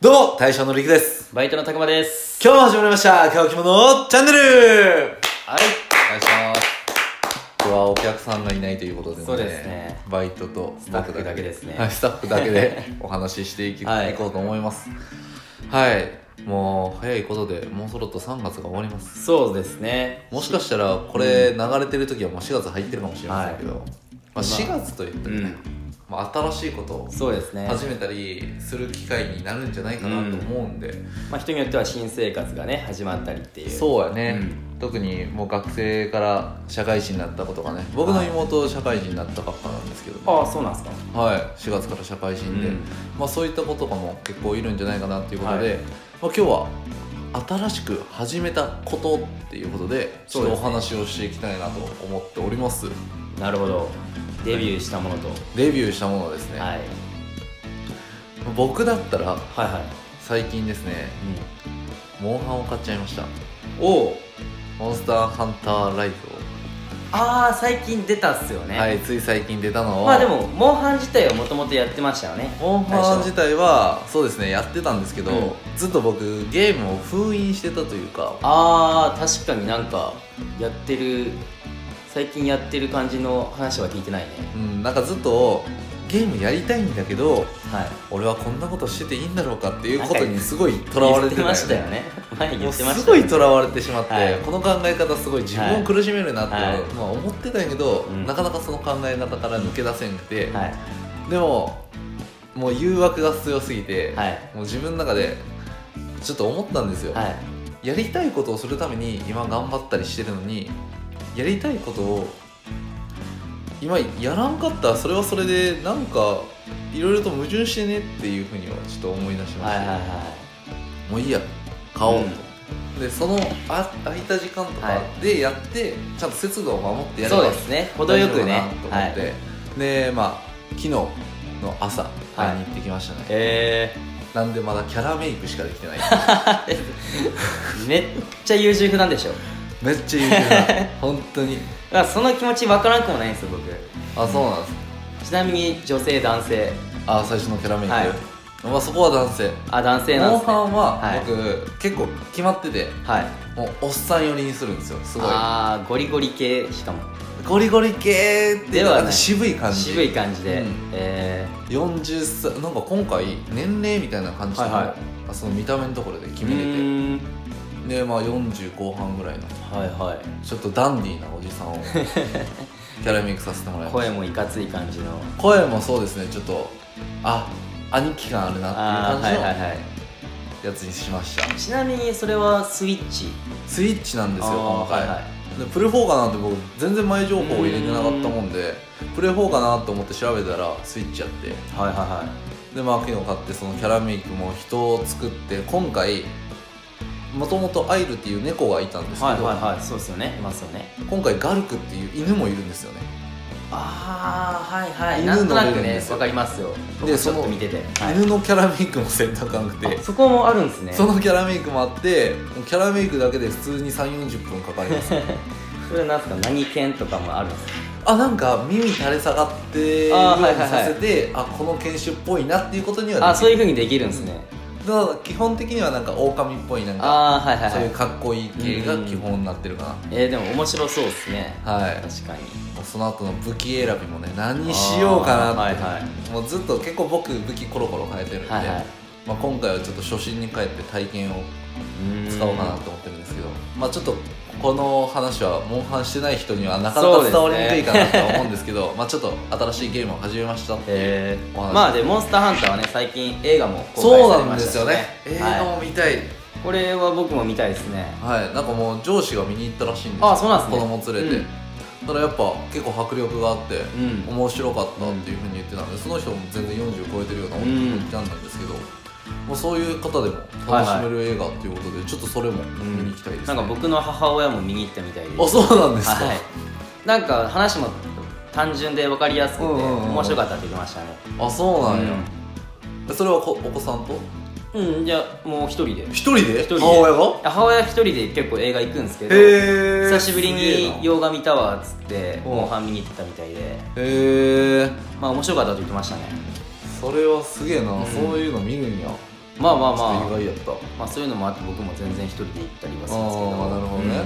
大将のりくです。バイトのたくまです。今日も始まりました、乾き物チャンネルはおい。願いします。今日はお客さんがいないということで、ね、そうですねバイトとスタッフだけですねはい、スタッフだけで お話ししていき、はいい、こうと思います。はい。もう早いことで、もうそろっと3月が終わります。そうですね。もしかしたらこれ流れてる時はもう4月入ってるかもしれませんけど、まあ、4月といってもね、まあ、新しいことをそうですね。始めたりする機会になるんじゃないかなと思うんで、まあ人によっては新生活がね始まったりっていう。そうやね、う特にもう学生から社会人になったことがね僕の妹社会人になったばっかなんですけど、ああそうなんですか。はい、4月から社会人で、うんまあ、そういった子とかも結構いるんじゃないかなっていうことで、はいまあ、今日は新しく始めたことっていうことでちょっとお話をしていきたいなと思っておりますなるほど。デビューしたものと。デビューしたものですね、はい。僕だったらはいはい。最近ですねモンハンを買っちゃいましたうん。おお。モンスターハンターライズああ最近出たっすよを、ね。はい、つい最近出たのをまあでもモンハン自体はもともとやってましたよね。モンハン自体はそうですねやってたんですけど、うんずっと僕ゲームを封印してたというかああ確かになんかやってる最近やってる感じの話は聞いてないね。うん、なんかずっとゲームやりたいんだけどはい。俺はこんなことしてていいんだろうかっていうこはといにすごいとらわれて言ってまたしたよね。前も言うってましすたごよいね。とらわれてしまって、はいこの考え方すごい自分を苦しめるなって、はいまあ、思ってたんやけど、うんなかなかその考え方から抜け出せんくて、はい。でももう誘惑が強すぎて、はいもう自分の中でちょっと思ったんですよ、はい。やりたいことをするために今頑張ったりしてるのにやりたいことを今やらんかったらそれはそれでなんかいろいろと矛盾してねっていうふうにはちょっと思い出しまはしいた、はいはい。もういいや買おうと、でそのあ空いた時間とかでやって、ちゃんと節度を守ってやればそうですね程よくね大丈夫かなと思って、はい、でまあ昨日の朝買いに行ってきましたね、えなんでまだキャラメイクしかできてない ー、めっちゃ優柔不断でしょめっちゃ 有名な本当にだからその気持ちわからんくもないんですよ僕あそうなんですちなみに女性男性あ最初のキャラメイク、はいまあ、そこは男性あ男性なん後ですね半ははい僕、結構決まっててはいもうおっさん寄りにするんですよすごいああゴリゴリ系しかもゴリゴリ系っていでうはなないんか渋い感じ渋い感じで、うんえ40歳なんか今回年齢みたいな感じで、はいはあその見た目のところでー、決うめれーんてでまあ40後半ぐらいのはいはちょっとダンディーなおじ さんをキャラメイクさせてもらいいまし声たもいかつい感じの声もそうですねちょっとあ兄貴感あるなあっーてはいいうは感いはいじのやつにしました、ちなみにそれはスイッチスイッチなんですよあ今ー回、はいはいでプレ4かなって僕全然前情報を入れてなかったもんでプレ4かなと思って調べたらスイッチやってはいはでまあ昨日買ってそのキャラメイクも人を作って今回もともとアイルっていう猫がいたんですけど、いはいはいはいはいそうですよねいますよね今回ガルクっていう犬もいるんですよねああはいはい犬なんとな乗くれるんねですよわかりますよででちょっそのと見てて、はい犬のキャラメイクも選択なくてあそこもあるんですねそのキャラメイクもあってもうキャラメイクだけで普通に3 4 0分かかります それなんすか何犬とかもあるんですかあなんか耳垂れ下がってるようあーにはいはいはいさせてあ,、この犬種っぽいなっていうことにはできるあそういうふうにできるんですねだから基本的にはなんか狼っぽいなんかああはいはいそうはいいうかっこいい系が基本になってるかえー、でも面白そうですねなはい確かもうその後の武器選びもね何にしようかなあっーて、はいもうずっと結構僕武器コロコロ変えてるんで、はいはいはいまあ、今回はちょっと初心に帰って体験を使おうかなと思ってるんですけどまあちょっとこの話はモンハンしてない人にはなかなそうかですね伝わりにくいかなとは思うんですけどまあちょっと新しいゲームを始めましたっていうえーお話まあで「モンスターハンター」はね最近映画も公開そうされなんまでしたすしよね映画はも見たい、い、これは僕も見たいですねはい、なんかもう上司が見に行ったらしいんですよあそうなんすね子供連れて、うんただやっぱ結構迫力があって、うん面白かったっていうふうに言ってたんでその人も全然40超えてるようなおじさんなんですけど、もうそういう方でも楽しめる映画っていうことで、ちょっとそれも見に行きたいです、ねなんか僕の母親も見に行ったみたいであそうなんですか、はい、なんか話も単純で分かりやすくてうんうんうん面白かったって言ってましたねあそうなんや、それはこお子さんとうん、いやもう一人で一人で一人で母親が母親一人で結構映画行くんですけどへえ久しぶりすげえにな洋画見たわっつってうんモンハン見に行ってたみたいでへえまあ面白かったと言ってましたねそれはすげえな、んそういうの見るんやまあまあまちょっあと意外やったまあそういうのもあって僕も全然一人で行ったりはあするんですけどーなるほどね、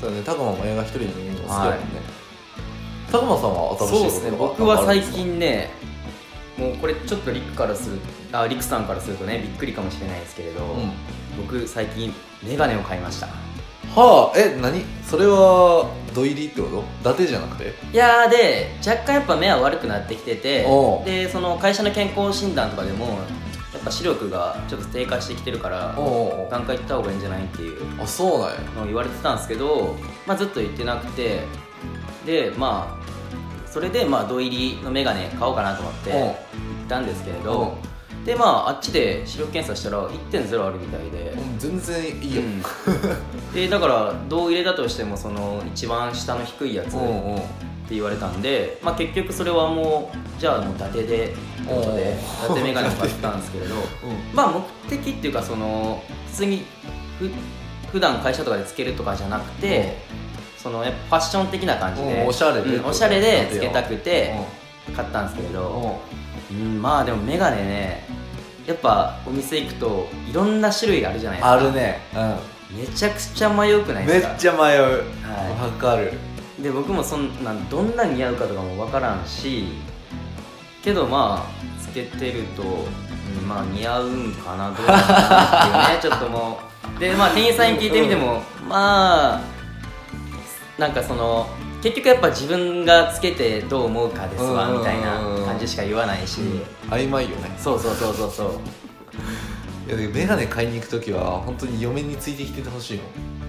そうだね、たくまも映画一人で見るの好きだもんね、たくまさんはう新んしいことそうですねが僕はなん最かあるんです近ねもうこれちょっとリクからするあリクさんからするとねびっくりかもしれないですけれど、かうん僕最近メガネを買いましたはあえ何それは土入りってこと伊達じゃなくていやーで若干やっぱ目は悪くなってきてておうでその会社の健康診断とかでもやっぱ視力がちょっと低下してきてるからおお眼科行った方がいいんじゃないっていうあそうなんやのを言われてたんですけど、まあ、ずっと言ってなくてでまあそれでまあ土入りの眼鏡買おうかなと思って行ったんですけれどでまああっちで視力検査したら1.0あるみたいでう。ん全然いいやん うんでだから銅入れだとしてもその一番下の低いやつうんっうんて言われたんで、まあ、結局それはもうじゃあもう伊達でってことで伊おう達眼鏡を買ったんです けれどまあ目的っていうかその普通にふ普段会社とかでつけるとかじゃなくてそのやっぱファッション的な感じでうんおしゃれでうんおしゃれでつけたくて買ったんですけれうんど、うん、まあでも眼鏡ねやっぱお店行くといろんな種類があるじゃないですかあるねめちゃくちゃ迷うくうないんでめっすかちゃ迷うはわかるい、で僕もそんなんどんなに似合うかとかも分からんしけどまあつけてると、うんまあ似合うんかなどうなのかな っていうねちょっともうでまあ店員さんに聞いてみても、まあなんかその結局やっぱ自分がつけてどう思うかですわうんみたいな感じしか言わないし、曖昧よねそうそうそうそうそういやでも眼鏡買いに行く時は本当に嫁についてきててほしいもん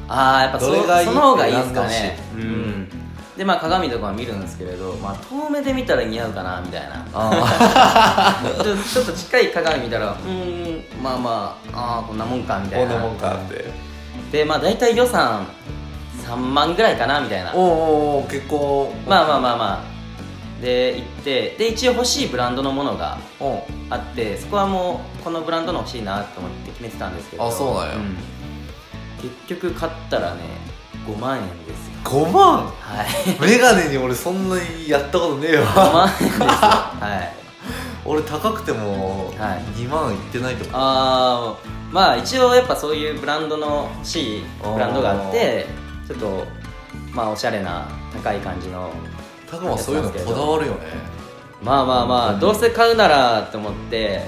ああやっぱそどれがいいその方がいいですかねってう選んでほしいんでまあ鏡とかは見るんですけれど、まあ、遠目で見たら似合うかなみたいなあ ちょちょっと近い鏡見たらうーんまあまああーこんなもんかみあたいこなんなもんかってでまあ大体予算3万ぐらいかなみたいなおうおうおう結構まあまああまあまあで行ってで一応欲しいブランドのものがうんあってそこはもうこのブランドの欲しいなと思って決めてたんですけどあそうなんや結局買ったらね5万円ですよ5万はいメガネに俺そんなにやったことねえ 5わ万円ですよはい俺高くてもはい2万いってないと思うあーまあ一応やっぱそういうブランドの C あーブランドがあってちょっとまあおしゃれな高い感じのたくまそういうのこだわるよねまあまあまうあんどうせ買うならと思って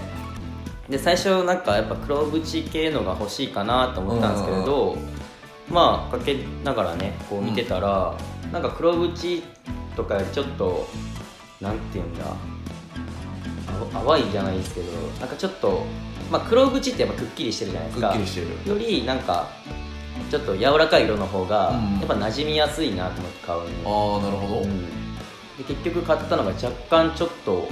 で最初なんかやっぱ黒縁系のが欲しいかなと思ったんですけれどまあかけながらねこう見てたら、なんか黒縁とかよりちょっとなんていうんだあ淡いじゃないですけどなんかちょっと、まあ、黒縁ってやっぱくっきりしてるじゃないですくっかきりしてるよりなんかちょっと柔らかい色の方がうんやっぱ馴染みやすいなと思って顔に、ああなるほど、うんで結局買ったのが若干ちょっと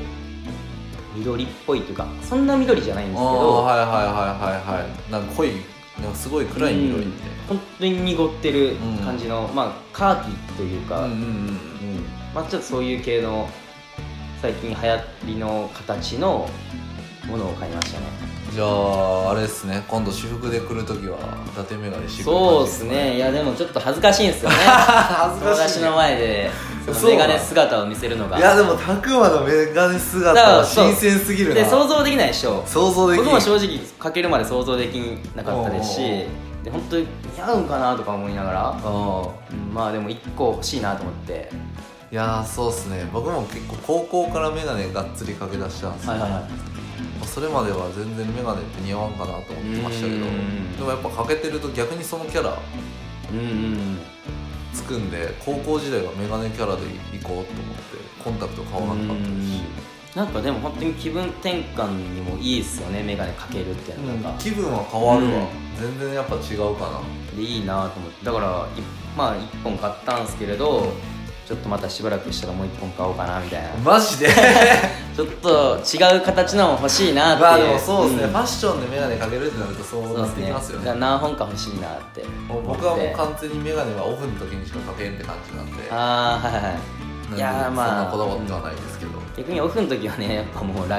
緑っぽいというかそんな緑じゃないんですあけあどはいはいはいはいはいなんか濃いなんかすごい暗い緑みたい本当に濁ってる感じの、まあカーキというなか、うんうんうんうんまあ、ちょっとそういう系の最近流行りの形のものを買いましたねじゃああれですね今度私服で来るときは伊達眼鏡してくるそう感でじす ねいやでもちょっと恥ずかしいんですよね恥ずか友し達いの前でそのそうメガネ姿を見せるのがいやでもたくまの眼鏡だか姿はらそう新鮮すぎるなで想像できないでしょ想像でき僕るも正直かけるまで想像できなかったですしおうおうで本当に似合うんかなとか思いながら、ああうんまあでも1個欲しいなと思っていやーそうっすね僕も結構高校から眼鏡がっつりかけ出したんですよ、はいはいはいそれまでは全然眼鏡って似合わんかなと思ってましたけどうーんでもやっぱかけてると逆にそのキャラうんうんつくんで高校時代は眼鏡キャラで行こうと思ってコンタクト買わなかったですし、うんなんかでも本当に気分転換にもいいですよね眼鏡かけるっていうのがなんか気分は変わるわ、う全然やっぱ違うかなでいいなと思ってだからいまあ1本買ったんですけれどちょっとまたしばらくしたらもう1本買おうかなみたいなマジでちょっと違う形のも欲しいなっていう まあでもそうですね、んファッションで眼鏡かけるってなるとそうそうなでっすてきねますよだかねら何本か欲しいなってもう僕はもう完全に眼鏡はオフの時にしかかけんって感じなんでああはいはいはいなんでいやーまあそんなこだわってはないですけど、逆にオフの時はねやっぱもうラ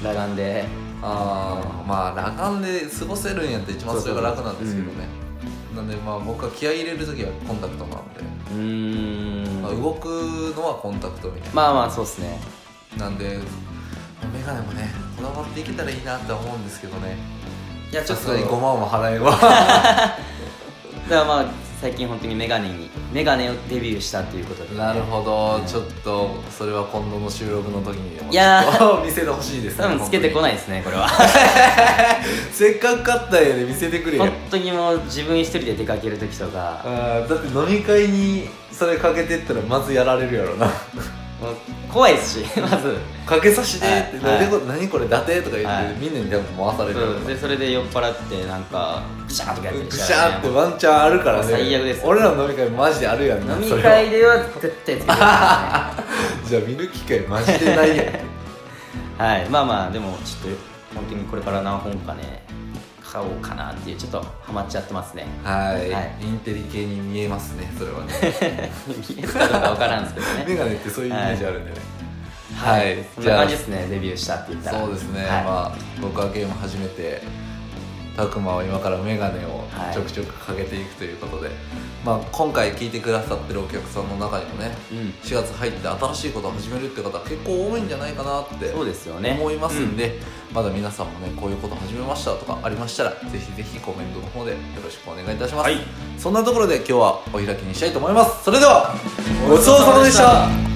裸眼でああまあ裸眼で過ごせるんやって一番それが楽なんですけどねなんでまあ僕は気合い入れる時はコンタクトなんで、うーんまあ、動くのはコンタクトみたいな、まあまあそうっすねなんで眼鏡もねこだわっていけたらいいなって思うんですけどねやちさょっすとがに5万も払えばだからまあ最近本当にメガネにメガネをデビューしたということ で、なるほどちょっとそれは今度の収録の時にでもいやーちょっと 見せてほしいですね多分つけてこないいですねこれはせっかく買ったんやで見せてくれよ本当にもう自分一人で出かける時とかあーだって飲み会にそれかけてったらまずやられるやろなもう怖いです し まずかけさしでって、はいなんでこ何これ伊達とか言って、はいみんなに多分回されるやろそうでそれで酔っ払ってなんかブシャーとかやったりぐししたらゃーってワンチャンあるからね最悪です俺らの飲み会マジであるやんな飲そみれは会では絶対つけてないですねじゃあ見る機会マジでないやんはいまあまあでもちょっと本当にこれから何本かね買おうかなっていうちょっとハマっちゃってますね はい、 はいインテリ系に見えますねそれはね見えるかどうか分からんですけど ねメガネってそういうイメージあるんでねは、はいい、そんじなゃあ感じですねデビューしたって言ったらそうですね、はいまあ僕はゲーム初めてたくまは今からメガネをはいちょくちょくかけていくということで、まあ今回聞いてくださってるお客さんの中にもねうん、 4月入って新しいことを始めるって方結構多いんじゃないかなってそうですよね思いますんで、まだ皆さんもねこういうこと始めましたとかありましたらぜひぜひコメントの方でよろしくお願いいたします、はいそんなところで今日はお開きにしたいと思いますそれではごちそうさまでした